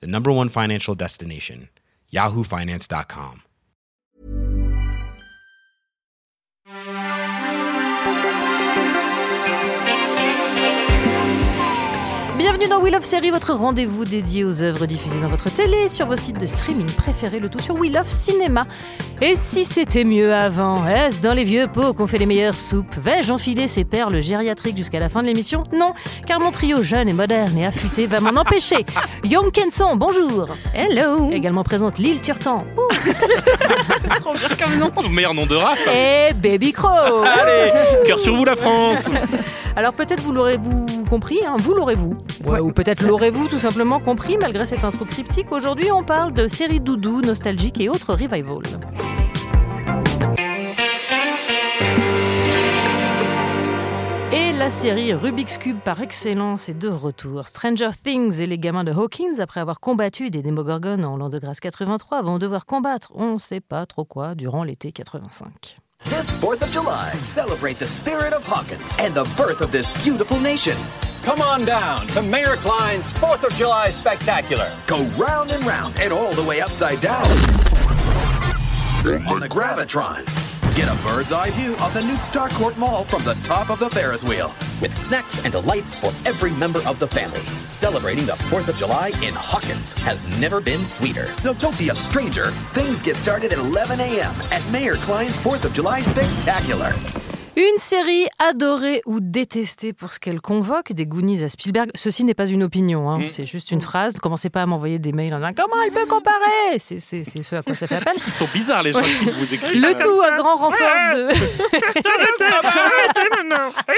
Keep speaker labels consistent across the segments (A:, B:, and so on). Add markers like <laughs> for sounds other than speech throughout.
A: the number one financial destination, yahoofinance.com.
B: Bienvenue dans Wheel of Série, votre rendez-vous dédié aux œuvres diffusées dans votre télé, sur vos sites de streaming préférés, le tout sur Wheel of Cinéma. Et si c'était mieux avant Est-ce dans les vieux pots qu'on fait les meilleures soupes Vais-je enfiler ces perles gériatriques jusqu'à la fin de l'émission Non, car mon trio jeune et moderne et affûté va m'en empêcher. Young Kenson, bonjour
C: Hello
B: Également présente Lille Turcan Ouh.
D: Ton meilleur nom de rap
B: et Baby Crow
D: Allez Cœur sur vous la France
B: Alors peut-être vous l'aurez-vous compris, hein, vous l'aurez-vous. Ouais,
C: Ouais.
B: Ou peut-être l'aurez-vous tout simplement compris malgré cette intro cryptique. Aujourd'hui, on parle de séries doudou, nostalgiques et autres revivals. Et la série Rubik's Cube par excellence est de retour. Stranger Things et les gamins de Hawkins, après avoir combattu des Demogorgons en l'an de grâce 83, vont devoir combattre on sait pas trop quoi durant l'été 85.
E: This 4th of July, celebrate the spirit of Hawkins and the birth of this beautiful nation.
F: Come on down to Mayor Klein's 4th of July Spectacular.
E: Go round and round and all the way upside down. On the Gravitron. Get a bird's eye view of the new Starcourt Mall from the top of the Ferris wheel. With snacks and delights for every member of the family. Celebrating the 4th of July in Hawkins has never been sweeter. So don't be a stranger. Things get started at 11 a.m. at Mayor Klein's 4th of July Spectacular.
B: Une série adorée ou détestée pour ce qu'elle convoque, des Goonies à Spielberg. Ceci n'est pas une opinion,
D: Mm.
B: hein, c'est juste une phrase. Ne commencez pas à m'envoyer des mails en disant comment elle peut comparer C'est c'est- c'est ce à quoi ça fait
D: <laughs>
B: appel.
D: Ils sont bizarres les gens qui vous écrivent.
B: Le
D: euh,
B: tout à grand renfort de. <laughs>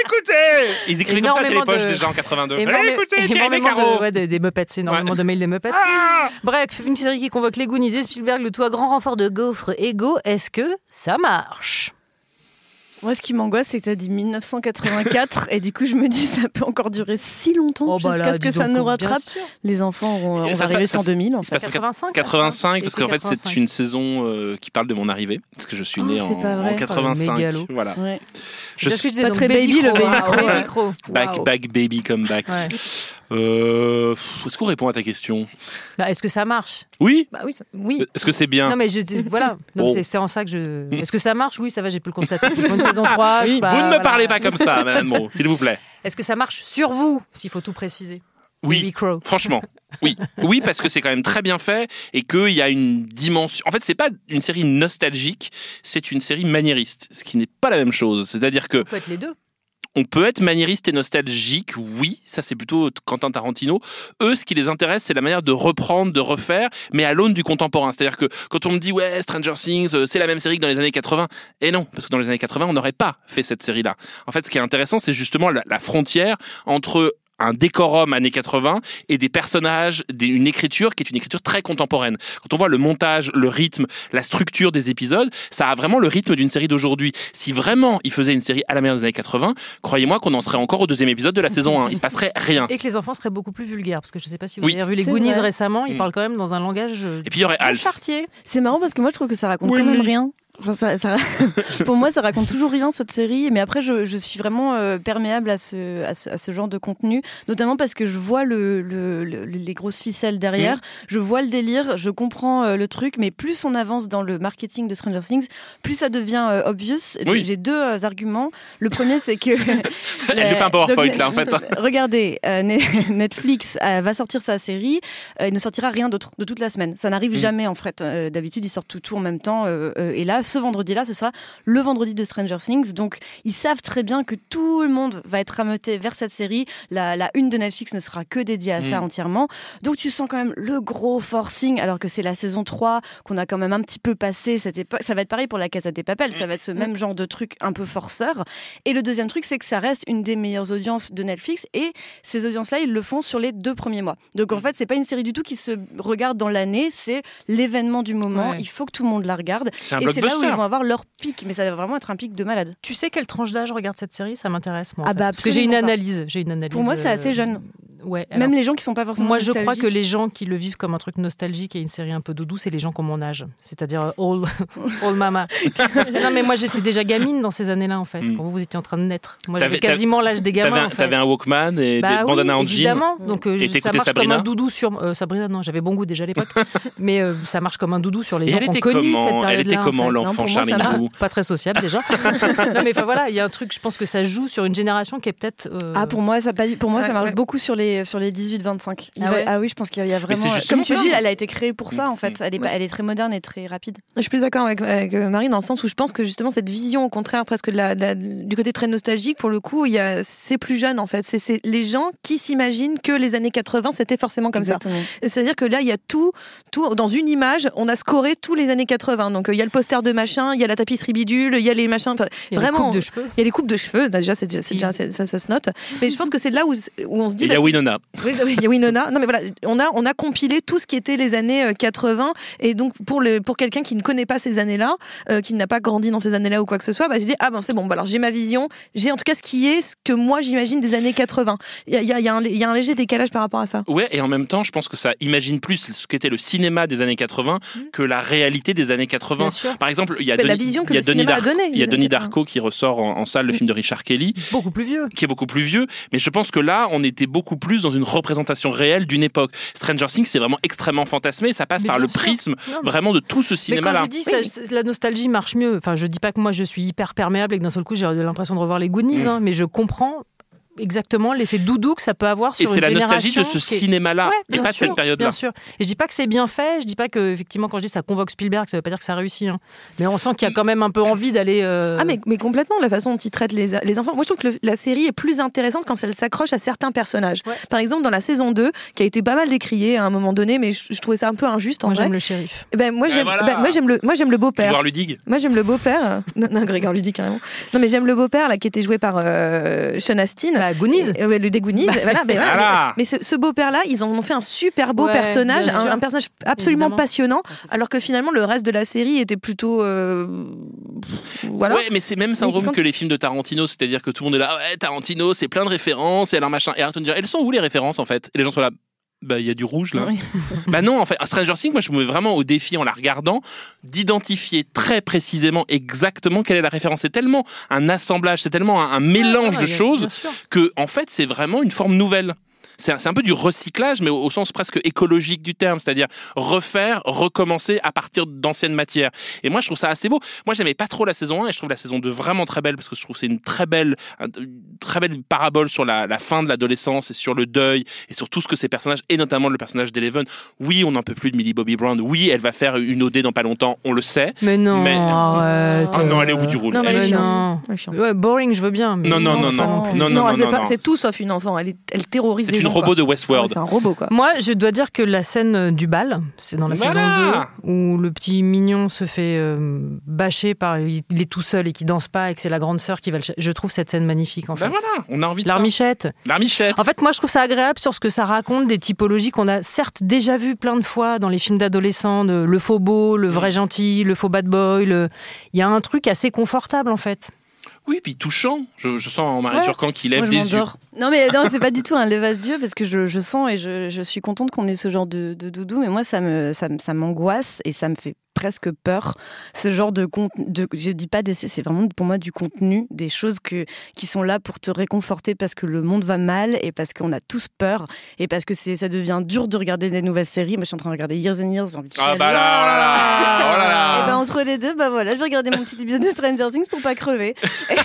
D: Écoutez Ils écrivaient comme ça à
B: Énormément
D: Télépoche
B: de-
D: déjà en 82.
B: Énorme-
D: Eh, écoutez, Thierry
B: énormément
D: Beccaro
B: de, ouais, des, des Muppets, énormément
D: Ouais.
B: de mails des Muppets.
D: Ah
B: Bref, une série qui convoque les Goonies et Spielberg, le tout à grand renfort de gaufres égaux. Est-ce que ça marche
C: Moi, ce qui m'angoisse, c'est que t'as dit 1984, et du coup, je me dis, ça peut encore durer si longtemps
B: Oh, bah
C: jusqu'à
B: là,
C: ce que
B: dis
C: ça
B: donc,
C: nous
B: bien
C: rattrape.
B: sûr.
C: Les enfants, auront-
D: Et ça
C: on va
D: se
C: arriver
D: passe-
C: sur 2000, en
D: Il se
C: fait.
D: passe en
B: 85,
D: 85 parce qu'en fait
B: 85.
D: c'est une saison euh, qui parle de mon arrivée parce que je suis
C: Oh,
D: né
C: c'est
D: en,
C: pas vrai.
D: en 85
B: Mégalo.
D: voilà
C: Ouais.
B: C'est
D: je
B: bien ce que
D: suis
B: je disais.
C: pas
B: donc
C: très baby, le
B: Crow,
C: baby
B: hein,
C: Crow, ouais.
B: Baby Crow.
D: back
C: Waouh.
D: back baby come back
B: Ouais.
D: Euh, pff, est-ce qu'on répond à ta question
B: Bah, Est-ce que ça marche
D: oui
B: Bah oui, ça- oui.
D: est-ce que c'est bien
B: Non mais je, je- voilà, donc
D: Euh, Bon. Mm.
B: c'est- c'est en ça que je. Est-ce que ça marche Oui, ça va, j'ai pu le constater. C'est pour <laughs> une saison 3. je sais pas,
D: vous ne me
B: Bah, voilà.
D: parlez pas comme ça madame Moreau, s'il vous plaît
B: Est-ce que ça marche sur vous S'il faut tout préciser.
D: oui Euh.
B: Baby Crow.
D: Franchement, oui. Oui, parce que c'est quand même très bien fait et qu'il y a une dimension. En fait, c'est pas une série nostalgique, c'est une série maniériste, ce qui n'est pas la même chose. C'est-à-dire que
B: On peut être les deux.
D: on peut être maniériste et nostalgique, oui, ça c'est plutôt Quentin Tarantino. Eux, ce qui les intéresse, c'est la manière de reprendre, de refaire, mais à l'aune du contemporain. C'est-à-dire que quand on me dit, ouais, Stranger Things, euh, c'est la même série que dans les années 80, et non, parce que dans les années 80, on n'aurait pas fait cette série-là. En fait, ce qui est intéressant, c'est justement la, la frontière entre un décorum années 80 et des personnages, des- une écriture qui est une écriture très contemporaine. Quand on voit le montage, le rythme, la structure des épisodes, ça a vraiment le rythme d'une série d'aujourd'hui. Si vraiment ils faisaient une série à la manière des années 80, croyez-moi qu'on en serait encore au deuxième épisode de la saison 1. Il se passerait rien.
B: Et que les enfants seraient beaucoup plus vulgaires, parce que je sais pas si vous
D: Ah. Oui.
B: avez vu les
C: C'est
B: Goonies
C: vrai.
B: récemment, ils
D: Mm.
B: parlent quand même dans un langage euh,
D: Et puis il y aurait
B: de
D: Alf.
B: chartier.
C: C'est marrant parce que moi, je trouve que ça raconte quand même rien. Enfin, ça- <laughs> ça- pour moi, ça raconte toujours rien cette série. Mais après, je, je suis vraiment euh, perméable à ce, à, ce, à ce genre de contenu, notamment parce que je vois le, le- le- les grosses ficelles
D: Mm.
C: derrière, je vois le délire, je comprends euh, le truc. Mais plus on avance dans le marketing de Stranger Things, plus ça devient euh, obvious.
D: Oui.
C: J'ai deux euh, arguments. Le premier, c'est que
D: <laughs> Elle nous fait un PowerPoint, là, en fait.
C: Euh, <laughs> Regardez, euh, Ne- <laughs> Netflix euh, va sortir sa série.
D: Mm.
C: euh, il ne sortira rien d'autre de toute la semaine. Ça n'arrive jamais en fait. Euh, D'habitude, ils sortent tout, tout en même temps. euh, euh, et là, ce vendredi-là, ce sera le vendredi de Stranger Things. Donc, ils savent très bien que tout le monde va être rameuté vers cette série. La, la une de Netflix ne sera que dédiée
D: Mm.
C: à ça entièrement. Donc, tu sens quand même le gros forcing, alors que c'est la saison 3 qu'on a quand même un petit peu passé cette époque. Ça va être pareil pour la Casa des Papels.
B: Mm.
C: Ça va être ce même genre de truc un peu forceur. Et le deuxième truc, c'est que ça reste une des meilleures audiences de Netflix. Et ces audiences-là, ils le font sur les deux premiers mois. Donc,
B: Mm.
C: en fait, c'est pas une série du tout qui se regarde dans l'année. C'est l'événement du moment.
B: Ouais.
C: Il faut que tout le monde la regarde.
D: C'est un
C: Et c'est là où ils
D: blockbuster.
C: vont avoir leur pic, mais ça va vraiment être un pic de malade.
B: Tu sais quelle tranche d'âge regarde cette série Ça m'intéresse, moi. en
C: Ah
B: fait.
C: bah,
B: Parce que j'ai une
C: absolument pas.
B: analyse. J'ai une analyse.
C: Pour moi, c'est
B: euh,
C: assez jeune.
B: Ouais. alors,
C: Même les gens qui sont pas forcément.
B: moi, je crois que
C: nostalgiques.
B: les gens qui le vivent comme un truc nostalgique et une série un peu doudou, c'est les gens qui ont mon âge. C'est-à-dire euh, all, all mama. non, mais moi, j'étais déjà gamine dans ces années-là, en fait,
D: Mm.
B: quand vous, vous étiez en train de naître. Moi,
D: T'avais-
B: j'avais quasiment l'âge des
D: T'avais
B: gamins.
D: un,
B: en fait.
D: t'avais un Walkman et
B: Bah
D: des
B: oui,
D: bandanas en jean.
B: évidemment. Donc euh,
D: Et
B: je- ça
D: t'écoutais
B: marche
D: Sabrina
B: comme un doudou sur euh, Sabrina. Non, j'avais bon goût déjà à l'époque, mais euh, ça marche comme un doudou sur les
D: Et
B: gens
D: elle
B: qui ont
D: était
B: connu
D: comment
B: cette
D: Elle
B: période-là.
D: était
B: en
D: comment,
B: fait.
D: l'enfant
B: Non, pour moi,
D: Charlie
B: ça va.
D: Hebdo
B: Pas très sociable déjà. non, mais enfin voilà, il y a un truc. Je pense que ça joue sur une génération qui est peut-être. euh,
C: Ah pour moi ça pas- pour moi
B: Ouais,
C: ça marche
B: ouais.
C: beaucoup sur les sur les 18 25.
B: Ah ouais
C: oui, je pense qu'il y a
D: c'est
C: vraiment euh, comme
D: justement
C: tu
G: ça.
C: dis elle a été créée pour ça en fait, elle est pas-
G: Ouais.
C: elle est très moderne et très rapide.
G: Je suis plus d'accord avec, avec, euh, Marie dans le sens où je pense que justement cette vision, au contraire, presque de la- de la- du côté très nostalgique, pour le coup, il y a- c'est plus jeune en fait. C'est- C'est les gens qui s'imaginent que les années 80 c'était forcément comme ça. Et C'est-à-dire que là, il y a tout, tout dans une image. On a scoré tous les années 80. Donc euh, il y a le poster de machin, il y a la tapisserie bidule, il y a les machins. Enfin,
B: il y a des
G: vraiment,
B: coupes de cheveux.
G: il y a les coupes de cheveux. Déjà, c'est déjà, c'est
B: Style.
G: déjà- c'est- ça, ça se note. Mais je pense que c'est là où, où on se dit.
D: Il y a
G: bah,
D: Winona.
G: oui, oui, il y a Winona. Non, mais voilà, on a, on a compilé tout ce qui était les années euh, 80. Et donc, pour, le, pour quelqu'un qui ne connaît pas ces années-là, euh, qui n'a pas grandi dans ces années-là ou quoi que ce soit, bah, je dis, ah ben c'est bon, bah, alors j'ai ma vision, j'ai en tout cas ce qui est ce que moi j'imagine des années 80. Il y a, il y a- il y a un- il y a un léger décalage par rapport à ça.
D: Ouais, et en même temps, je pense que ça imagine plus ce qu'était le cinéma des années 80 que la réalité des années 80.
B: Mm. Bien sûr.
D: Par exemple, il y a
G: Mais la
D: Denis-
G: vision que
D: il y a
G: le
D: Denis
G: cinéma a
D: Darko-
G: donnée,
D: il y a
G: les
D: Denis
G: années
D: Darko qui ressort en, en salle le film de Richard Kelly,
B: Beaucoup plus vieux.
D: qui est beaucoup plus vieux, mais je pense que là, on était beaucoup plus dans une représentation réelle d'une époque. Stranger Things, c'est vraiment extrêmement fantasmé, ça passe
B: Mais
D: par
B: bien
D: le
B: sûr.
D: prisme
B: Non, mais-
D: vraiment de tout ce
B: Mais quand
D: cinéma-là.
B: je dis ça, c'est- la nostalgie marche mieux, enfin je dis pas que moi je suis hyper perméable et que d'un seul coup j'ai l'impression de revoir les Goonies,
D: Mm.
B: hein, mais je comprends exactement l'effet doudou que ça peut avoir
D: Et
B: sur
D: c'est
B: une
D: la nostalgie de
B: génération
D: ce
B: qui est-
D: cinéma-là,
B: Ouais,
D: et
B: bien
D: pas de
B: sûr,
D: cette période-là.
B: Bien sûr. Et je dis pas que c'est bien fait, je dis pas que effectivement quand je dis ça convoque Spielberg, ça veut pas dire que ça réussit. hein. Mais on sent qu'il y a quand même un peu envie d'aller. euh,
G: Ah, mais, mais complètement, la façon dont ils traitent les, les enfants. Moi, je trouve que le- la série est plus intéressante quand elle s'accroche à certains personnages.
B: Ouais.
G: Par exemple, dans la saison 2, qui a été pas mal décriée à un moment donné, mais je, je trouvais ça un peu injuste en
B: Moi
G: vrai.
B: j'aime le shérif.
G: Eh Ben, moi,
D: Eh
G: j'aime
D: voilà.
G: ben, moi, j'aime le, moi, j'aime le
D: Tu veux
G: beau-père.
D: voir Ludig
G: Moi, j'aime le beau-père. <laughs> Non, non, Grégor Ludic, carrément. Non, mais j'aime le beau-père, là, qui était joué par euh, Sean Astin.
B: Bah, Goonies.
G: Euh, ouais, le dégounis. voilà, mais, voilà,
D: Voilà.
G: mais- mais ce, ce beau-père-là, ils en ont fait un super beau
B: Ouais,
G: personnage,
B: bien sûr.
G: un, un personnage absolument
B: Évidemment.
G: passionnant, alors que finalement, le reste de la série était plutôt. euh, voilà.
D: Ouais, mais c'est même syndrome
G: quand-
D: que les films de Tarantino, c'est-à-dire que tout le monde est là, Ah ouais, Tarantino, c'est plein de références, et alors machin. Et Arthur dit, elles sont où les références en fait Et les gens sont là, bah il y a du rouge là.
C: Oui.
D: bah non, en fait, à Stranger Things, moi je me mets vraiment au défi en la regardant d'identifier très précisément exactement quelle est la référence. C'est tellement un assemblage, c'est tellement un, un mélange
B: Ah,
D: de
B: bien-
D: choses
B: bien sûr.
D: que en fait c'est vraiment une forme nouvelle. C'est un, c'est un peu du recyclage, mais au, au sens presque écologique du terme, c'est-à-dire refaire, recommencer à partir d'anciennes matières. Et moi, je trouve ça assez beau. Moi, j'aimais pas trop la saison 1 et je trouve la saison 2 vraiment très belle parce que je trouve que c'est une très belle, un- une très belle parabole sur la, la fin de l'adolescence et sur le deuil et sur tout ce que ces personnages, et notamment le personnage d'Eleven. Oui, on n'en peut plus de Millie Bobby Brown. Oui, elle va faire une OD dans pas longtemps, on le sait.
B: Mais non.
D: Mais-
B: arrête.
D: Ah non, elle est au bout du rouleau.
G: Non, Euh, mais
D: Elle
G: elle
D: est-
G: est
B: non.
G: gentille. Elle est chiante.
B: Ouais, boring, je veux bien. mais-
D: Non, non, non, non.
B: Enfin, plus.
D: Non, non, non,
G: elle fait
D: non,
G: pas-
D: non.
G: c'est tout sauf une enfant. Elle, est- elle terrorise
D: C'est
G: les
D: une
G: gens.
D: robot de
G: quoi.
D: Westworld.
G: Ouais, C'est un robot, quoi.
B: Moi, je dois dire que la scène euh, du bal, c'est dans la
D: Voilà.
B: saison 2, où le petit mignon se fait euh, bâcher par. Il est tout seul et qui danse pas et que c'est la grande sœur qui va le. ch- Je trouve cette scène magnifique, en fait.
D: Ben voilà, on a envie de ça.
B: L'armichette.
D: L'armichette.
B: En fait, moi, je trouve ça agréable sur ce que ça raconte des typologies qu'on a certes déjà vues plein de fois dans les films d'adolescents, de le faux beau, le vrai gentil, le faux bad boy. le- Il y a un truc assez confortable, en fait.
D: Oui, puis touchant. Je, je sens en Marie
B: Ouais.
D: Turcan qui lève
C: Moi je
D: des yeux.
C: m'endors. Non mais non, c'est pas du tout un levage d'yeux parce que je, je sens et je, je suis contente qu'on ait ce genre de, de doudou mais moi ça me ça, me- ça m'angoisse et ça me fait presque peur ce genre de contenu de, je dis pas d'essai c'est vraiment pour moi du contenu des choses que qui sont là pour te réconforter parce que le monde va mal et parce qu'on a tous peur et parce que c'est ça devient dur de regarder des nouvelles séries moi je suis en train de regarder Years and Years j'ai envie de
D: Ah
C: chialer.
D: bah là, oh là là, oh là là.
C: Et ben entre les deux, bah voilà, je vais regarder mon petit épisode de Stranger Things pour pas crever. Et,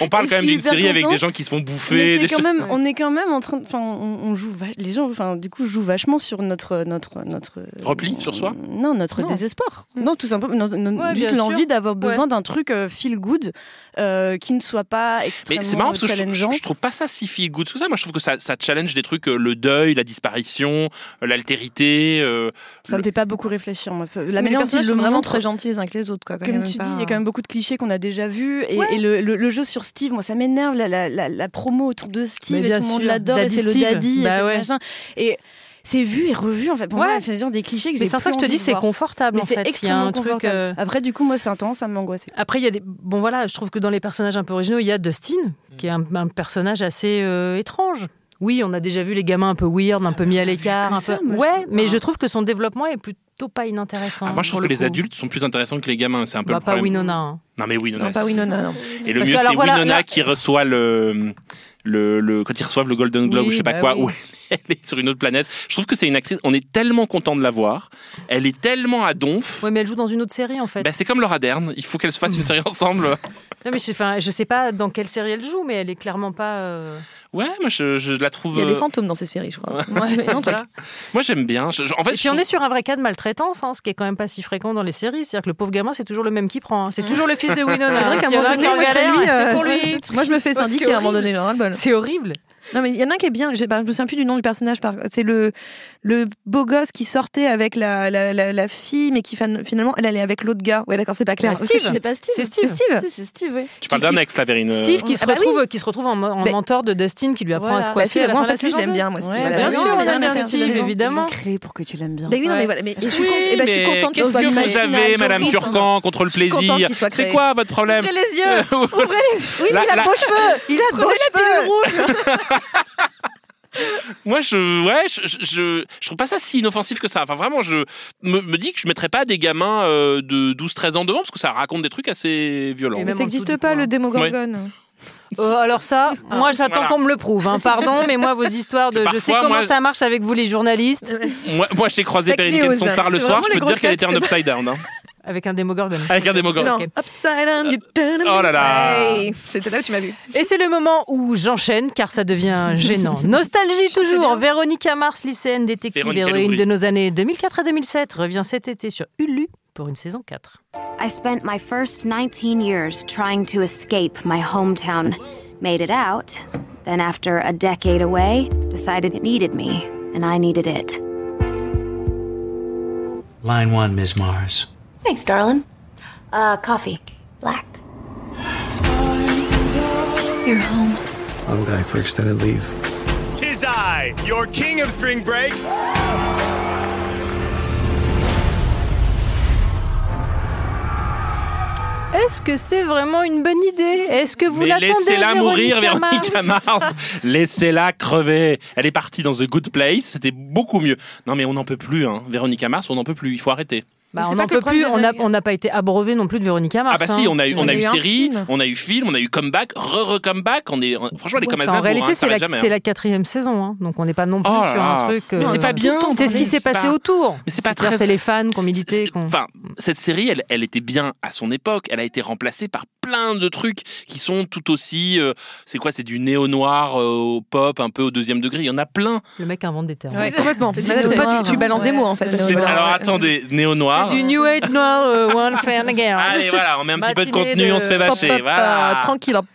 D: On parle
C: Je
D: quand même
C: suis
D: d'une
C: hyper
D: série avec
C: contente.
D: des gens qui se font bouffer.
C: Mais c'est
D: Des
C: quand
D: choses-
C: même, on est quand même en train, de- enfin, on, on joue, va- les gens, enfin, du coup, jouent vachement sur notre, notre, notre euh,
D: Repli sur soi
C: Non, notre
G: Non.
C: désespoir. Non, tout simplement, non, non,
B: Mm. Ouais,
C: juste
B: bien sûr.
C: l'envie d'avoir besoin d'un truc euh, feel good euh, qui ne soit pas
D: Mais
C: extrêmement
D: c'est marrant parce que je,
C: challengeant.
D: je- je trouve pas ça si feel good que ça. Moi, je trouve que ça, ça challenge des trucs, euh, le deuil, la disparition, euh, l'altérité. euh,
C: Ça me fait pas beaucoup réfléchir. Moi, ça- la
G: La
C: manière
G: manière
C: dont
G: ils
C: il
G: le
C: le
G: vraiment
C: montre,
G: très gentils les uns avec les autres. Quoi, quand
C: Comme
G: même
C: tu
G: pas-
C: dis, il y a quand même beaucoup de clichés qu'on a déjà vus. Et, et le, le- le jeu sur Steve, moi, ça m'énerve, la, la- la- la promo autour de Steve,
B: Mais
C: et
B: bien
C: tout le monde
B: sûr,
C: l'adore, et
B: Daddy
C: c'est le
B: Steve.
C: daddy, et
B: Bah
C: c'est le
B: ouais.
C: machin. Et c'est vu et revu, en fait. Pour
B: Ouais.
C: moi, c'est genre des clichés que j'ai
B: Mais c'est ça que je te
C: plus
B: dis,
C: envie de
B: c'est
C: voir.
B: confortable
C: Mais
B: en
C: c'est
B: fait. Il y a
C: extrêmement
B: un truc.
C: confortable.
B: euh,
C: Après, du coup, moi, c'est un temps, ça m'angoissait.
B: Après, il y a des. Bon, voilà, je trouve que dans les personnages un peu originaux, il y a Dustin, qui est un, un personnage assez euh, étrange. Oui, on a déjà vu les gamins un peu weird, un peu mis à l'écart.
C: que
B: un
C: ça,
B: peu-
C: moi, je
B: ouais,
C: trouve
B: mais
C: pas.
B: je trouve que son développement est plutôt pas inintéressant.
D: ah, moi, je
B: pour
D: trouve que
B: le
D: les
B: coup.
D: adultes sont plus intéressants que les gamins. C'est un peu
B: Bah,
D: le
B: pas
D: problème.
B: Winona. hein.
D: Non, mais Winona.
G: Non, pas
D: c'est-
G: Winona, non.
D: Et le
B: Parce
D: mieux,
B: que alors,
D: c'est
B: voilà, ah,
D: Winona
B: là-
D: qui reçoit le, le, le- Quand ils reçoivent le Golden Globe
B: Oui,
D: ou je sais pas
B: bah
D: quoi,
B: oui.
D: où <laughs> elle est sur une autre planète. Je trouve que c'est une actrice, on est tellement content de la voir. Elle est tellement à donf.
B: Ouais, mais elle joue dans une autre série en fait.
D: Bah, c'est comme Laura Dern, il faut qu'elle se fasse
G: <laughs>
D: une série ensemble.
B: Non, mais je, enfin, je sais pas dans quelle série elle joue, mais elle est clairement pas. euh,
D: Ouais, moi je, je la trouve.
G: Il y a des
D: euh,
G: fantômes dans ces séries, je <laughs> crois.
B: ouais, c'est
G: Non,
B: ça.
G: toi,
D: Moi j'aime bien. Je- je- en fait,
B: Et
D: je
B: puis on
D: trouve-
B: est sur un vrai cas de maltraitance, hein, ce qui est quand même pas si fréquent dans les séries. C'est-à-dire que le pauvre gamin, c'est toujours le même qui prend. hein. C'est toujours le fils de Winona.
G: C'est vrai qu'à un
B: S'il Ah, y en
G: moment
B: a un qui est en
G: donné, moi, je fais
B: galère,
G: lui, euh, <laughs>
B: c'est pour lui.
G: Moi, je me fais
B: C'est
G: syndiquer à un moment
B: horrible.
G: donné, j'en ai le bol.
B: C'est horrible.
G: Non, mais il y en a un qui est bien. j'ai- bah, je me souviens plus du nom du personnage. par- C'est le, le beau gosse qui sortait avec la, la, la, la fille, mais qui fan- finalement, elle allait avec l'autre gars. Ouais, d'accord, c'est pas clair.
B: Ah,
G: Parce que <laughs>
B: Steve.
G: je suis-
C: C'est pas Steve
B: C'est Steve. Bah,
G: Steve.
C: Si, C'est Steve, oui.
D: Tu parles d'un ex, la Vérine. euh,
B: Steve qui, se
G: Ah bah
B: retrouve, qui se retrouve en, en
G: Mais-
B: mentor de Dustin qui lui apprend à
C: Voilà.
B: se
C: Bah,
B: coiffer. à la
G: finalement, en
B: fin de la
G: fait, lui, je
B: saison
G: l'aime
B: deux.
G: bien, moi, Steve.
B: Ouais,
G: Voilà,
B: bien
G: oui,
B: sûr,
G: on
B: on
G: a bien
B: aime bien
G: aimé.
B: Steve, évidemment. Bah
C: créé pour que tu l'aimes bien.
G: Mais oui, non,
B: Ouais.
G: mais voilà. Mais, <laughs> et je suis,
D: Oui,
G: contente- eh ben, je suis
D: mais
G: contente
D: Qu'est-ce
G: soit
D: que vous
G: créé.
D: avez, Madame Turcan, contre le
G: suis contente
D: plaisir
G: qu'il soit
D: C'est
G: créé.
D: quoi votre problème
C: Ouvrez les yeux Ouvrez
G: Oui, mais
D: La-
G: il a
D: la-
G: beaux cheveux. Il a beaux cheveux.
C: les rouges
D: <laughs> Moi, je, ouais, je, je, je, je trouve pas ça si inoffensif que ça. Enfin, vraiment, je me, me dis que je mettrais pas des gamins euh, de 12-13 ans devant parce que ça raconte des trucs assez violents.
B: Et
G: Mais
B: même
G: ça
B: en dessous
G: n'existe
B: du
G: pas,
B: poing.
G: le Démogorgon.
B: Euh, alors ça, moi j'attends
D: Ah, Voilà.
B: qu'on me le prouve. hein. <laughs> Pardon, mais moi vos histoires de...
D: Parce que
B: je sais
D: parfois,
B: comment
D: moi-
B: ça marche avec vous les journalistes.
D: Moi, moi j'ai croisé
G: Avec
D: Perrine
G: les
D: Kenson
G: Ozarks.
D: tard le
G: ben, C'est
D: soir,
G: vraiment
D: je
G: les
D: peux te dire
G: grosses
D: qu'elle était un
G: têtes,
D: upside down. hein.
B: Avec un démogorgon.
D: <laughs> Avec un démogorgon.
G: Non,
B: Ok.
G: upside down, you turn
D: Oh là là.
G: away. C'était là où tu m'as vu.
B: Et c'est le moment où j'enchaîne car ça devient
D: <laughs>
B: gênant. Nostalgie toujours. Véronica Mars, lycéenne détective
D: Véronica
B: héroïne
D: Loubry.
B: de nos années 2004 à 2007, revient cet été sur Hulu pour une saison 4.
H: I spent my first 19 years trying to escape my hometown. Made it out, then, after a decade away, decided it needed me, and I needed it.
I: Line one, Ms. Mars.
H: Thanks, darling. Uh, coffee. Black. You're home.
I: I'm back for extended leave.
J: Tis I, your king of spring break.
B: Est-ce que c'est vraiment une bonne idée Est-ce que vous
D: Mais
B: l'attendez
D: laissez-la mourir, Véronica
B: Mars
D: Mars.
B: <laughs>
D: laissez-la crever. Elle est partie dans The Good Place, c'était beaucoup mieux. Non, mais on n'en peut plus, hein. Véronica Mars, on n'en peut plus. Il faut arrêter.
B: Bah,
G: C'est
B: on
G: pas
B: n'en
G: que le
B: peut plus,
G: problème
B: on
G: de
B: a-
G: Valérie.
B: on n'a pas été abreuvé non plus de Véronica Mars.
D: Ah bah si,
B: hein.
D: on a eu, on a eu
G: un
D: série,
G: film.
D: on a eu film, on a eu comeback, re-re-comeback. On est, on- franchement, les
B: Ouais,
D: comebacks,
B: enfin, en réalité, c'est la,
D: jamais. hein.
B: c'est la quatrième saison, hein. donc on n'est pas non plus
D: Oh là
B: sur un
D: là.
B: truc. euh,
D: Mais c'est pas bien,
B: C'est ce qui s'est
D: c'est
B: passé
D: pas-
B: autour.
D: Mais c'est pas
B: C'est-à-dire,
D: très-
B: C'est les fans qui ont
D: C'est-
B: milité.
D: c'est-
B: qui ont-
D: Enfin, cette série, elle, elle était bien à son époque. Elle a été remplacée par plein de trucs qui sont tout aussi. euh, c'est quoi C'est du néo noir au pop, un peu au deuxième degré. Il y en a plein.
B: Le mec invente des termes.
G: Ouais, complètement.
C: C'est
G: C'est-
C: du
G: toi,
C: noir,
G: tu, tu balances
C: hein.
G: des mots, en fait.
C: C'est-
D: C'est-
G: Ouais.
D: alors attendez, néo noir.
B: Du New Age noir, euh,
D: <laughs>
B: one fan again.
D: Allez, voilà, on met un petit peu de
B: Matinée
D: contenu,
B: de
D: on se fait
G: Hop, hop,
D: bâcher.
G: hop, euh,
D: Voilà.
G: Tranquille. hop.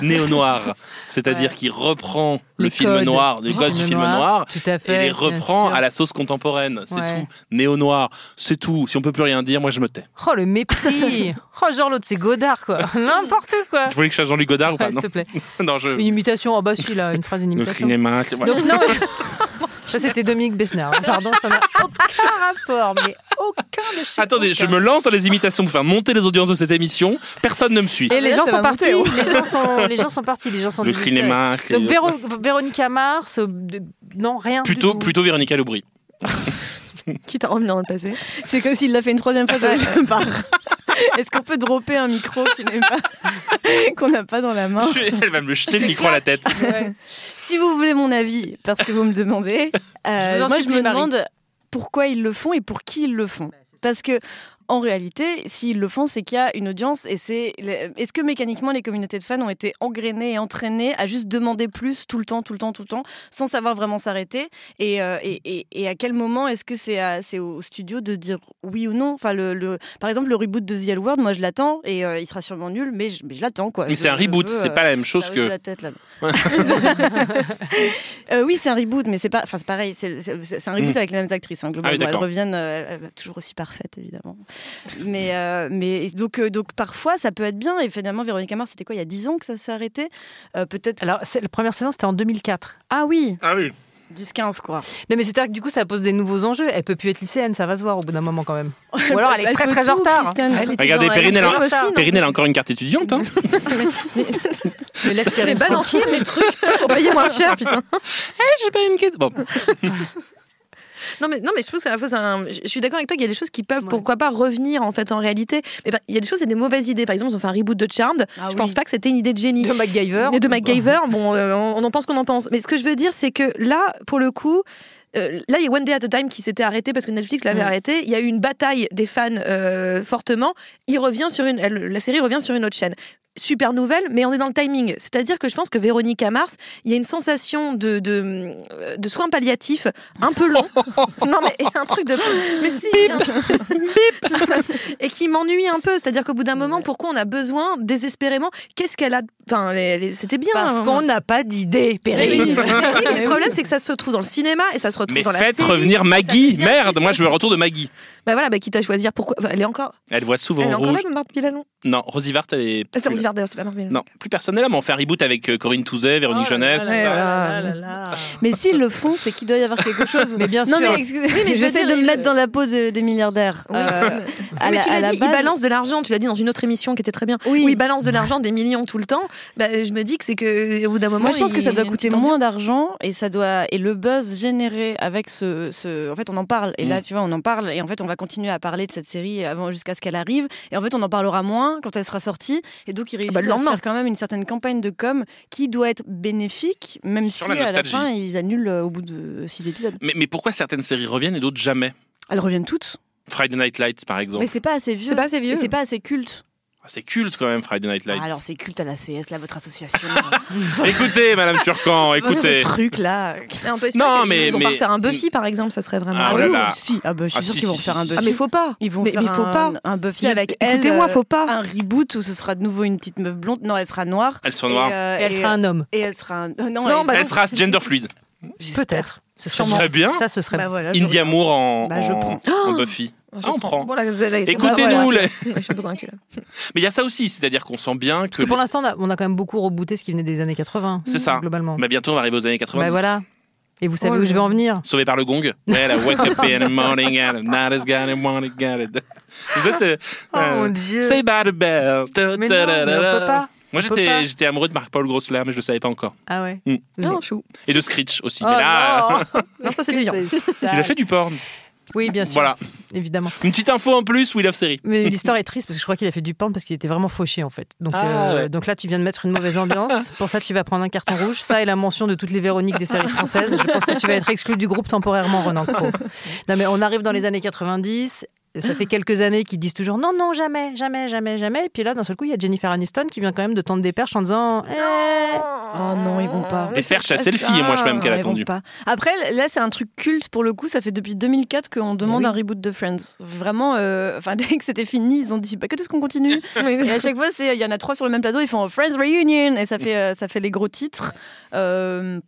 D: Néo noir, c'est-à-dire qu'il reprend le
B: Les
D: film
B: codes. Oh,
D: noir, les codes du film noir.
B: Tout à fait.
D: Et les
B: bien
D: reprend
B: sûr.
D: à la sauce contemporaine, c'est
B: Ouais.
D: tout. Néo noir, c'est tout. Si on peut plus rien dire, moi je me tais.
B: Oh, le mépris <laughs> Oh, genre l'autre, c'est Godard, quoi. <laughs> N'importe quoi
D: Je voulais que je sois Jean-Luc Godard ou
B: Ouais,
D: pas
B: S'il
D: Non,
B: te plaît.
D: non, je.
B: Une imitation, oh bah si, là, une phrase, une
D: Le
B: imitation.
D: cinéma. c'est- voilà.
B: Donc, <laughs>
G: <laughs>
B: non, mais- ça c'était Dominique Besnard. hein. Pardon, ça n'a aucun rapport, mais aucun de chez
D: Attendez, je
B: aucun.
D: me lance dans les imitations pour faire monter les audiences de cette émission. Personne ne me suit.
B: Et les
G: Là,
B: gens
G: ça
B: sont
G: va
B: partis.
G: monter, oh.
B: Les gens sont, les gens sont partis. Les gens sont
D: Le
B: désespérés.
D: cinéma, c'est-
B: Donc Véro- Véronica Mars, euh, de- non rien. du
D: plutôt,
B: tout.
D: plutôt Véronica Loubry.
G: Qui t'a emmené dans le passé
C: C'est comme s'il l'a fait une troisième fois, je pars. <laughs> Est-ce qu'on peut dropper un micro qui n'est pas- <laughs> qu'on n'a pas dans la main
D: <laughs> Elle va me jeter le micro à
B: <laughs>
D: la tête.
C: Si vous voulez mon avis, parce que vous
B: <laughs>
C: me demandez, euh,
B: Je vous en
C: moi je
B: supplie,
C: me
B: Marie. Bah,
C: demande pourquoi ils le font et pour qui ils le font. Parce que, En réalité, s'ils le font, c'est qu'il y a une audience et c'est. Est-ce que mécaniquement les communautés de fans ont été engrenées et entraînées à juste demander plus tout le temps, tout le temps, tout le temps, sans savoir vraiment s'arrêter et, euh, et, et, et à quel moment est-ce que c'est à- c'est au studio de dire oui ou non Enfin, le, le- par exemple, le reboot de The L World, moi je l'attends et euh, il sera sûrement nul, mais je, mais je l'attends quoi.
D: Mais
C: Je-
D: c'est un
C: je
D: reboot,
C: veux,
D: c'est
C: euh,
D: pas la même chose
C: bah oui,
D: que-
C: j'ai la tête, là. <laughs> Euh, oui, c'est un reboot, mais c'est pas. Enfin, c'est pareil. C'est c'est- c'est un reboot
D: Mm.
C: avec les mêmes actrices. hein, globalement.
D: Ah oui,
C: elles
D: d'accord.
C: reviennent euh, elles- toujours aussi parfaites, évidemment. mais euh, mais donc euh, donc parfois ça peut être bien. Et finalement, Véronique Amar, c'était quoi Il y a 10 ans que ça s'est arrêté. Euh, Peut-être.
B: Alors, c'est- la première saison, c'était en 2004.
C: Ah oui,
D: Ah oui.
C: 10-15 quoi.
B: Non, mais c'est-à-dire que du coup, ça pose des nouveaux enjeux. Elle peut plus être lycéenne, ça va se voir au bout d'un moment quand même.
G: <laughs>
B: Ou alors, elle est
C: Oh, Elle
B: très
C: peut
B: très
C: tout,
B: en retard. hein.
C: Christiane.
D: Regardez, Perrine, elle, a-
B: aussi,
G: Ah,
B: non
D: Perrine, elle a encore une carte étudiante. hein.
B: Mais laisse Perrine tranquille.
G: mes trucs <laughs> pour payer moins cher, putain.
D: <laughs> J'ai pas une quête. Bon,
G: Non mais, non, mais je trouve que ça pose un. Je je suis d'accord avec toi qu'il y a des choses qui peuvent, pourquoi pas, revenir en fait en réalité. Mais ben, il y a des choses, c'est des mauvaises idées. Par exemple, ils ont fait un reboot de Charmed.
C: Ah
G: je
C: oui.
G: pense pas que c'était une idée de génie.
B: De MacGyver.
G: Et de MacGyver, bon, euh, on on en pense qu'on en pense. Mais ce que je veux dire, c'est que là, pour le coup. euh, là, il y a One Day at a Time qui s'était arrêté parce que Netflix l'avait
B: Ouais.
G: arrêté. Il y a eu une bataille des fans euh, fortement. Il revient sur une, elle- la série revient sur une autre chaîne. Super nouvelle, mais on est dans le timing. C'est-à-dire que je pense que Véronique Mars, il y a une sensation de, de, de soins palliatifs un peu
D: <laughs>
G: long. non, mais et un truc de. Mais si, et qui m'ennuie un peu. C'est-à-dire qu'au bout d'un moment, pourquoi on a besoin désespérément Qu'est-ce qu'elle a Enfin, les- les- c'était bien.
B: Parce
G: hein.
B: qu'on n'a pas d'idée,
G: Mais oui,
B: Perrine. <laughs>
G: mais le problème, c'est que ça se retrouve dans le cinéma et ça se retrouve
D: mais
G: dans la
D: faites
G: série.
D: revenir Maggie.
G: devient
D: Merde, moi
G: triste.
D: je veux le retour de Maggie.
G: Bah voilà, bah, quitte à choisir pourquoi. enfin, elle est encore,
D: Elle voit
G: elle
D: souvent
G: est encore
D: rouge.
G: là, Marthe Milano.
D: Non, Rosie Vart, elle est.
G: Ah, c'est
D: plus
G: Rosie
D: là.
G: Vardère, c'est pas Marthe Milano.
D: Non, plus personne n'est là, mais on fait un reboot avec euh, Corinne Touzet, Véronique Jeunesse.
G: Oh là.
C: Mais s'ils le font, c'est qu'il doit y avoir quelque chose.
B: Mais bien
C: non
B: sûr.
C: mais excusez, mais j'essaie de me mettre dans la peau de- des milliardaires.
G: Oui.
C: Euh, à
G: mais
C: la-
G: tu
C: à
G: l'as
C: la
G: dit,
C: base-
G: il balance de l'argent, tu l'as dit dans une autre émission qui était très bien.
C: Oui.
G: Où il balance de l'argent, des millions tout le temps. Bah, je me dis que c'est que, au bout d'un moment.
C: Moi, je pense que
G: il-
C: ça doit
G: il y a une
C: coûter
G: petite
C: moins d'argent et ça doit et le buzz généré avec ce, ce- en fait on en parle et là tu vois on en parle et en fait on va continuer à parler de cette série avant jusqu'à ce qu'elle arrive et en fait on en parlera moins quand elle sera sortie et donc ils réussissent
G: bah, le
C: à se
G: lendemain.
C: faire quand même une certaine campagne de com qui doit être bénéfique même
D: Sur
C: si
D: la
C: à la
D: nostalgie.
C: fin ils annulent euh, au bout de six épisodes.
D: Mais, mais pourquoi certaines séries reviennent et d'autres jamais
C: Elles reviennent toutes.
D: Friday Night Lights, par exemple.
C: Mais c'est pas assez vieux.
G: C'est pas assez vieux.
C: Et C'est pas assez culte.
D: Ah, C'est culte quand même, Friday Night Lights.
C: Ah, alors c'est culte à la CS là
D: <laughs>
C: votre association.
D: Écoutez, Madame Turcan, écoutez.
C: Votre truc là.
G: Mais on peut espérer
D: Non,
G: qu'ils
D: mais-
G: vont
D: mais-
G: pas refaire un Buffy par exemple, ça serait vraiment.
D: Ah,
G: Ah,
D: oh là
C: oui,
D: là.
C: si. Ah bah je suis
D: Ah,
C: sûre
D: si,
C: qu'ils vont
D: si,
C: faire un
D: si.
C: Buffy.
G: mais faut pas.
C: Ils vont
G: mais,
C: faire
G: mais faut
C: un,
G: pas.
C: un Buffy
G: Je-
C: avec elle.
G: Écoutez-moi,
C: euh,
G: faut pas.
C: Un reboot où ce sera de nouveau une petite meuf blonde. Non, elle sera noire.
D: Elles sont
C: Et,
D: noires.
C: euh,
B: Et elle
C: et,
B: sera un homme.
C: Et elle sera un. euh, non,
G: Non,
C: elle-
G: bah,
D: Elle sera gender fluide.
C: j'espère.
B: Peut-être. Ce serait
D: Sûrement. Très bien.
B: Ça, ce serait
C: Bah voilà, je-
D: India Moore en,
C: Bah, je
D: en-
C: prends.
D: en Buffy.
G: Bah, Je
D: Ah, on prend.
G: Bon, là, vous allez-
D: Écoutez-nous,
G: Voilà.
D: les-
G: Je suis un peu convaincue là.
D: Mais il y a ça aussi, c'est-à-dire qu'on sent bien que.
B: Parce que pour
D: les-
B: l'instant, on a, on a quand même beaucoup rebooté ce qui venait des années 80.
D: C'est ça.
B: Globalement.
D: Bah, bientôt, on va arriver aux années 90.
B: Bah voilà. Et vous savez
G: Oh
B: où
G: là
B: je vais en venir
D: Sauvé par le gong. Well, I wake up
B: <laughs>
D: in the morning and I'm not as good as I wanna get it. Vous êtes. euh,
B: Oh,
D: euh,
B: mon Dieu.
D: Say by the bell. Ta-
B: Mais non,
D: ta-
B: mais
D: da- da-
B: on
D: da.
B: peut pas.
D: Moi,
B: On peut
D: j'étais
B: pas.
D: j'étais amoureux de Marc-Paul Grosselaar, mais je le savais pas encore.
B: Ah ouais.
G: Non, chou.
D: Et de Screech aussi.
B: Oh
D: mais là, <laughs>
B: non
G: Non, ça c'est bien.
B: <laughs>
D: il a fait du porn.
B: Oui, bien sûr.
D: Voilà.
B: Évidemment.
D: Une petite info en plus, We Love Série.
B: Mais l'histoire est triste parce que je crois qu'il a fait du porn parce qu'il était vraiment fauché en fait. Donc,
D: Ah,
B: euh,
D: ouais.
B: donc là, tu viens de mettre une mauvaise ambiance.
D: <laughs>
B: Pour ça, tu vas prendre un carton rouge. Ça et la mention de toutes les Véroniques des séries françaises. Je pense que tu vas être exclu du groupe temporairement, Renan Cro. Non, mais on arrive dans les années 90. Ça fait quelques années qu'ils disent toujours non, non, jamais, jamais, jamais, jamais. Et puis là, d'un seul coup, il y a Jennifer Aniston qui vient quand même de tendre des perches en disant
D: Ah,
B: Eh,
C: Oh non, ils vont pas.
D: Et faire chasser le filles, moi, je même qu'elle a
C: Ils vont
D: attendu.
C: pas. Après, là, c'est un truc culte pour le coup. Ça fait depuis 2004 qu'on demande
B: oui.
C: un reboot de Friends. Vraiment, euh, enfin, <laughs> dès que c'était fini, ils ont dit bah, quand est-ce qu'on continue
G: <laughs>
C: Et à chaque fois, c'est- il y en a trois sur le même plateau, ils font oh, Friends Reunion et ça fait, euh, ça fait les gros titres. Euh,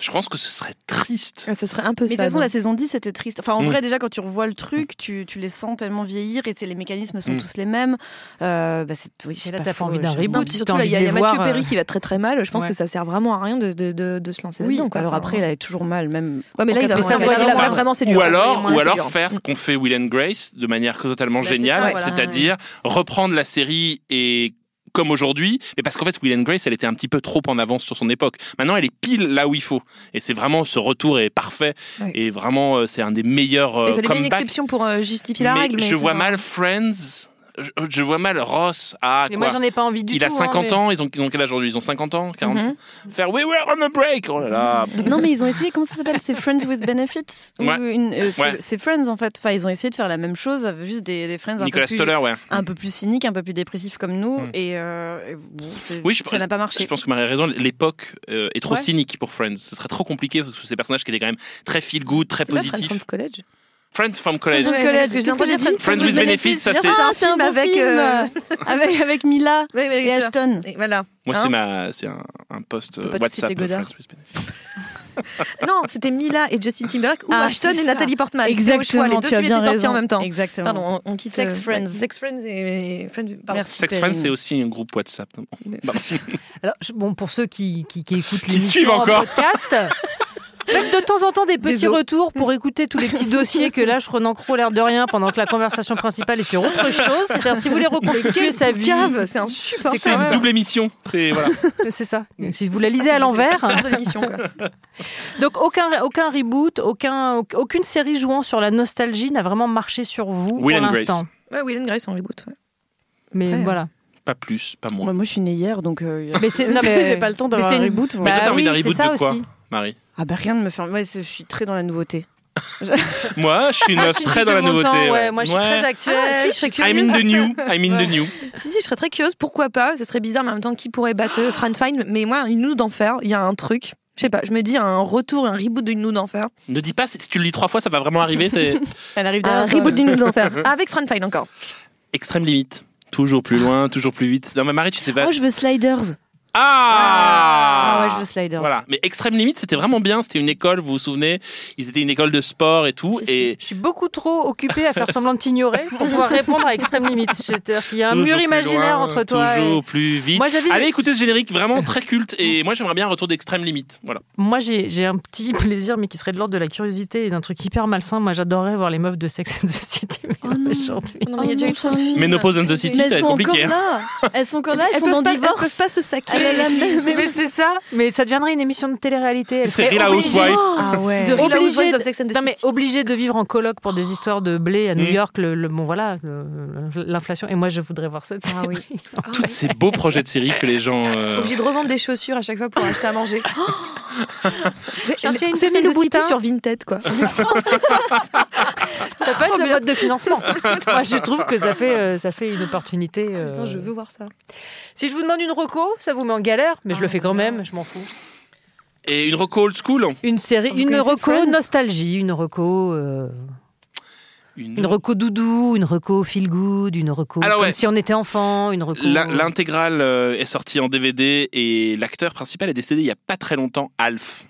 D: Je pense que ce serait triste.
G: Ce serait un peu
C: Mais de
G: ça.
C: toute façon,
G: non
C: la saison 10, c'était triste. Enfin, en
D: Mm.
C: vrai, déjà, quand tu revois le truc, tu, tu les sens tellement vieillir et c'est- les mécanismes sont
D: Mm.
C: tous les mêmes. Euh, bah, c'est, oui,
B: Et
C: c'est
B: là,
C: pas
B: t'as pas
C: faux,
B: envie d'un
C: j'ai-
B: reboot.
C: Non,
G: Non,
B: puis
G: puis
B: si
G: surtout,
B: t'as
G: là, il y a,
B: envie de
G: il y a
B: les
G: Mathieu
B: voir,
G: Perry
B: euh,
G: qui va très très mal. Je pense
B: ouais.
G: que ça sert vraiment à rien de, de, de, de se lancer
C: Oui, hein.
G: là-dedans. quoi.
C: alors
G: Enfin,
C: après, elle est toujours mal, même.
G: Ouais, mais là,
C: en
G: il va
C: 85,
G: vraiment-
C: elle est
G: là,
C: mal.
G: vraiment, c'est dur.
D: Ou
G: Ça,
D: alors,
G: c'est
D: ou alors
G: dur.
D: faire ce qu'on fait Will and Grace de manière totalement
C: Bah, c'est
D: géniale,
C: ça, voilà,
D: c'est-à-dire reprendre la série et comme aujourd'hui, mais parce qu'en fait Will and Grace, elle était un petit peu trop en avance sur son époque. Maintenant, elle est pile là où il faut, et c'est vraiment ce retour est parfait
G: Oui.
D: et vraiment euh, c'est un des meilleurs
G: Mais Il
D: euh,
G: fallait bien une
D: comebacks.
G: exception pour euh, justifier la
D: mais
G: règle.
D: je vois
G: ça-
D: mal Friends je, je vois mal Ross à.
B: Mais moi,
D: quoi
B: j'en ai pas envie du
D: Il
B: tout.
D: a 50
B: hein, mais-
D: ans, ils ont, ils ont quel âge aujourd'hui Ils ont 50 ans 40
B: Mhm.
D: Faire We were on a break Oh là là
C: <laughs> Non, mais ils ont essayé, comment ça s'appelle C'est Friends with Benefits
D: <laughs>
C: Ou
D: Ouais.
C: une- euh, c'est-
D: Ouais.
C: C'est Friends en fait. Enfin, ils ont essayé de faire la même chose, avec juste des, des Friends un peu,
D: Nicolas
C: plus,
D: Stoller, ouais.
C: un peu plus cyniques, un peu plus dépressifs comme nous.
D: Mm.
C: Et, euh, et bon, c'est-
D: Oui, je,
C: ça n'a pas marché.
D: je pense que Marie a raison, l'époque euh, est trop
C: Ouais.
D: cynique pour Friends. Ce serait trop compliqué parce que ces personnages qui étaient quand même très feel good, très
G: C'est pas Friends Mmh.
D: positifs.
G: from College
D: Friends from College.
G: Friends from College, j'ai
C: Qu'est-ce que
G: entendu
C: j'ai
G: Friends
C: dit
D: Friends with Benefits, ça c'est.
C: Ah,
G: c'est un bon
C: avec,
G: film.
C: euh, <laughs> avec, avec Mila et Ashton.
G: Et Voilà.
D: Moi,
G: Hein
D: c'est ma, c'est un, un post euh,
C: peut pas te
D: WhatsApp.
C: citer
D: de
C: Godard.
D: Friends with Benefits.
G: Non, c'était Mila et Justin Timberlake ou
C: Ah,
G: Ashton
C: c'est
G: et
C: ça.
G: Nathalie Portman. C'était au choix,
C: Exactement,
G: Les deux
C: tu as
G: films
C: bien
G: étaient sortis
C: raison.
G: en même temps.
C: Exactement.
G: Pardon, on, on quitte.
C: Sex
G: euh,
C: Friends.
G: Sex Friends et, et Friends. pardon.
C: Merci.
D: Sex Friends, c'est aussi un groupe WhatsApp. non Bah, Pardon.
B: Alors, je- bon, pour ceux qui, qui, qui écoutent
D: suivent
B: l'émission en
D: encore.
B: podcast, faites de temps en temps des petits
G: Désolé.
B: retours pour écouter tous les petits dossiers que lâche Renan Cro l'air de rien pendant que la conversation principale est sur autre chose. C'est-à-dire, si vous voulez reconstituer sa vie,
G: Cave, c'est un super.
D: C'est une double émission. C'est voilà.
B: <laughs> c'est ça. Si vous la lisez
G: Ah,
B: à l'envers. Donc, aucun, aucun reboot, aucun, aucune série jouant sur la nostalgie n'a vraiment marché sur vous
D: Will
B: pour
D: and Grace.
B: l'instant.
G: Ouais, Will and Grace en reboot. ouais.
B: Mais
G: Ouais.
B: voilà.
D: Pas plus, pas moins.
C: Bah, moi, je suis née hier, donc euh,
B: Mais c'est- non, mais-
C: <laughs> j'ai pas le temps
B: mais
C: d'avoir
B: c'est
C: un
B: une-
C: reboot. moi.
D: Mais toi,
B: Bah
D: t'as envie d'un
B: oui, c'est
D: reboot
B: ça
D: de quoi,
B: aussi.
D: Marie
C: Ah bah rien ne me fait. Ouais, c'est- je suis très dans la nouveauté.
D: Moi, je suis
B: <laughs>
D: une
B: Ah,
D: meuf
B: je suis
D: très
B: de
D: dans la
B: mon
D: nouveauté.
B: temps,
D: ouais.
B: ouais. Moi, je suis
D: Ouais.
B: très actuelle.
G: Ah, si,
B: je
G: je
B: suis
G: serais
D: I'm
B: curieuse.
D: in the new. I'm in the new.
G: Si, si, je serais très curieuse. Pourquoi pas Ce serait bizarre, mais en même temps, qui pourrait battre euh, Fran Fine Mais moi, une nous d'enfer, il y a un truc. Je sais pas, je me dis un retour, un reboot d'une nous d'enfer.
D: Ne dis pas, si tu le lis trois fois, ça va vraiment arriver. C'est
C: Elle arrive
G: Un
C: derrière. toi.
G: reboot d'une nous d'enfer. <laughs> Avec Fran Fine encore.
D: extrême limite. Toujours plus loin, toujours plus vite. Non, mais Marie, tu sais pas.
C: Oh, je veux Sliders.
D: Ah,
C: Ah ouais, je veux Sliders.
D: Voilà. Mais extrême limite, c'était vraiment bien. C'était une école, vous vous souvenez Ils étaient une école de sport et tout.
B: Si, si.
D: Et
B: Je suis beaucoup trop occupée à faire semblant de t'ignorer pour <laughs> pouvoir répondre à extrême limite. C'est-à-dire qu'il y a un
D: toujours
B: mur
D: plus
B: imaginaire
D: loin,
B: entre toi
D: Toujours
B: et...
D: plus vite.
B: Moi, j'avais-
D: Allez écoutez ce générique, vraiment très culte.
B: <laughs>
D: Et moi, j'aimerais bien un retour d'extrême limite. Voilà.
B: Moi, j'ai j'ai un petit <laughs> plaisir, mais qui serait de l'ordre de la curiosité et d'un truc hyper malsain. Moi, j'adorerais voir les meufs de Sex and the City mais
C: Oh
B: là, <laughs>
C: non.
B: aujourd'hui.
G: Non, mais il y a déjà eu trop de films.
D: Ménopause and the City,
C: Mais
D: ça va
C: elles
D: être
C: sont encore
D: compliqué. hein.
C: là. Elles sont encore là. Elles,
G: Elles
C: sont en
G: peuvent pas-
C: divorce.
G: Elles peuvent pas se saquer.
C: Ah là
G: <laughs>
C: là, mais- mais-
B: Mais c'est ça. Mais ça deviendrait une émission de télé-réalité. Elle
D: C'est
B: serait
D: Real
B: obligée-
D: Housewife.
C: Ah ouais.
G: De Real
B: Obligé
G: Housewives
B: de-
G: of Sex and the
B: Non, mais
G: City.
B: obligé de vivre en coloc pour des histoires de blé à New
D: Mm.
B: York, le, le- bon voilà, le- le- l'inflation. Et moi, je voudrais voir cette série.
C: Ah oui.
D: Tous ces beaux projets de série que les gens. euh,
G: Obligé de revendre des chaussures à chaque fois pour acheter à manger. <laughs>
B: J'en suis à une
G: Sex and the
B: demi-louboutin.
G: City sur Vinted, quoi.
B: Ça peut être le mode de financement. <laughs> Moi, je trouve que ça fait, euh, ça fait une opportunité. euh.
G: Non, je veux voir ça.
B: Si je vous demande une reco, ça vous met en galère, mais je le fais quand même, je m'en fous.
D: Et une reco old school.
B: Une série,
C: Vous
B: une
C: connaissez
B: reco
C: Friends
B: nostalgie, une reco, euh, une reco doudou, une reco feel good, une reco
D: Alors
B: comme
D: ouais.
B: si on était enfant, une reco.
D: L'in- L'intégrale euh, est sortie en DVD et l'acteur principal est décédé il y a pas très longtemps, Alf.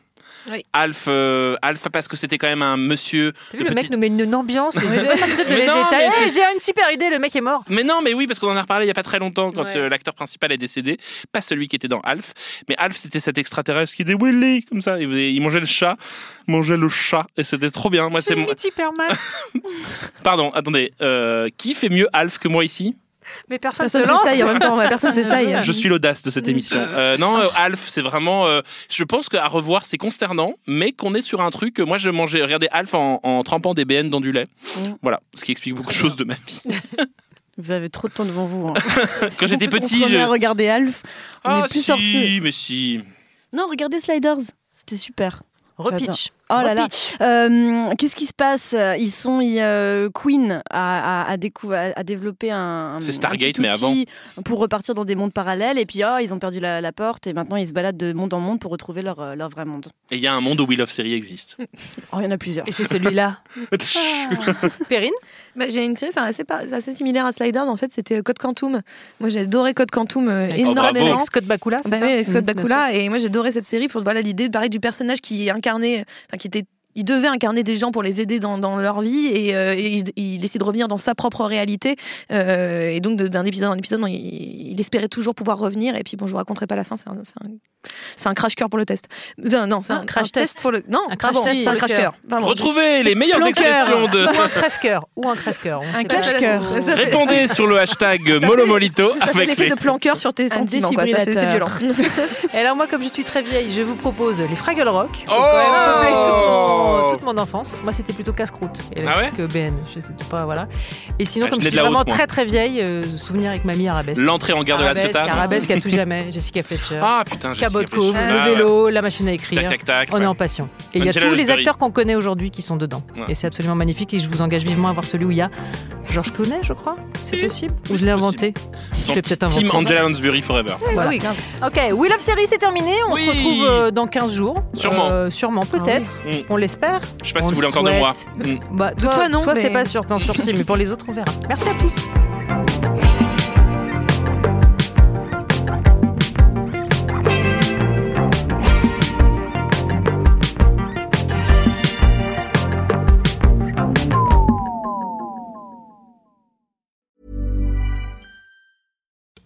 G: Oui.
D: Alf, euh, Alf parce que c'était quand même un monsieur.
B: T'as vu,
D: de
B: le mec
D: petite-
B: nous met une, une
D: <laughs>
B: ambiance. il dit, Ouais, ça, vous êtes de
D: Mais
B: les
D: non,
B: détails.
D: mais
B: Eh, J'ai une super idée, le mec est mort.
D: Mais non, mais oui, parce qu'on en a reparlé il y a pas très longtemps quand
B: Ouais.
D: euh, l'acteur principal est décédé, pas celui qui était dans Alf, mais Alf c'était cet extraterrestre qui disait Willy comme ça, il, faisait- il mangeait le chat, mangeait le chat et c'était trop bien. Moi c'est
B: C'est
D: mon-
B: hyper mal,
D: pardon, attendez, euh, qui fait mieux Alf que moi ici
B: mais personne se
G: Personne
B: lance.
G: s'essaye en même temps. ouais, Personne
C: Ah,
G: s'essaye.
D: Je suis l'audace de cette
C: Mm.
D: émission. Euh, non, euh, Alf, c'est vraiment. euh, je pense qu'à revoir, c'est consternant, mais qu'on est sur un truc. que Moi, je mangeais. Regardez Alf en, en trempant des BN dans du lait.
C: Mm.
D: Voilà, ce qui explique beaucoup de choses de ma vie.
C: Vous avez trop de temps devant
D: <laughs>
C: vous. hein.
D: Quand j'étais
C: Parce qu'on
D: petit,
C: se remet à
D: je. Ah,
C: regarder Alf. On est plus
D: si,
C: sortis.
D: mais si.
C: Non, regardez Sliders. C'était super.
B: Repitch.
C: Oh là là.
B: Repitch.
C: Euh, Qu'est-ce qui se passe Ils sont ils, euh, Queen a, a, a décou- a- a développé un.
D: C'est
C: un
D: Stargate,
C: petit
D: mais
C: outil Pour repartir dans des mondes parallèles et puis ah, ils ont perdu la, la porte et maintenant ils se baladent de monde en monde pour retrouver leur, euh, leur vrai monde.
D: Et il y a un monde où Will of Series
C: <laughs>
D: existe.
C: Oh, il y en a plusieurs.
B: Et c'est celui-là. Perrine
G: Bah, J'ai une série, c'est assez, par- c'est assez similaire à Sliders. En fait, c'était euh, Code Quantum. Moi, j'ai adoré Code Quantum euh, énormément.
D: Oh, bravo.
B: Scott Bakula, c'est
G: Bah
B: ça
G: oui, Scott
B: Mm, bien
G: Bakula. Et moi, j'ai adoré cette série pour voilà l'idée de pareil, du personnage qui incarnait, enfin qui était. Il devait incarner des gens pour les aider dans, dans leur vie et, euh, et il, il essaie de revenir dans sa propre réalité. Euh, et donc, de- d'un épisode en épisode, il, il espérait toujours pouvoir revenir. Et puis, bon, je vous raconterai pas la fin, c'est un, c'est un- c'est un crash cœur pour le test. Enfin, non, c'est
B: Un
G: un,
B: crash
G: un test. pour le. Non,
B: Un crash
G: pardon,
B: test
G: c'est
B: pour
G: un
B: le
G: crash
B: cœur.
G: cœur. Pardon.
D: Retrouvez les meilleures expressions
B: <laughs>
D: de.
B: Ou un crève-cœur. Ou un crève-cœur. on sait pas.
C: cache- crash-cœur.
G: Ça fait-
B: <laughs>
D: Répondez sur le hashtag
G: fait-
D: Molomolito
G: Ça fait
D: avec
G: l'effet
D: les.
G: de planqueur sur tes sentiments, quoi. Ça fait- C'est violent.
C: défibrillateur.
B: Et alors moi, comme je suis très vieille, je vous propose les Fraggle Rock.
D: Oh
B: mon, toute mon enfance. Moi, c'était plutôt casse-croûte
D: Ah ouais
B: que BN. Je sais pas, voilà. Et sinon,
D: Ah, je
B: comme
D: l'ai
B: je
D: de
B: suis
D: la
B: vraiment
D: haute, moi.
B: très très vieille, euh, souvenir avec mamie arabesque.
D: L'entrée en gare de la
B: Arabesque,
D: Ciotat, non
B: Arabesque à tout jamais. Jessica Fletcher.
D: Ah, putain, Jessica
B: Ah Cabot
D: Fletcher.
B: Cove,
D: Ah,
B: le
D: ouais.
B: vélo, la machine à écrire.
D: Ah, Tac, tac, tac,
B: On
D: ouais.
B: est en passion. Et il y a
D: Angela
B: tous les
D: Lansbury.
B: acteurs qu'on connaît aujourd'hui qui sont dedans.
D: Ouais.
B: Et c'est absolument magnifique. Et je vous engage vivement à voir celui où il y a Georges Clooney, je crois. C'est possible Ou je l'ai inventé Je
D: Son
B: l'ai
D: petit
B: peut-être
D: Team
B: inventé.
D: Angela Lansbury Forever.
B: Voilà. Ok, Wheel of Series c'est terminé. On
D: Oui.
B: se retrouve euh, dans 15 jours.
D: Sûrement.
B: Euh, sûrement, peut-être.
D: Ah oui. Mm.
B: On l'espère.
D: Je sais pas
B: On
D: si vous
B: le
D: voulez encore de moi.
B: souhaite.
D: Mm.
B: Bah, toi,
G: toi, non,
B: Toi, c'est
G: mais-
B: pas sûr, t'es en sursis, mais pour les autres, on verra. Merci à tous.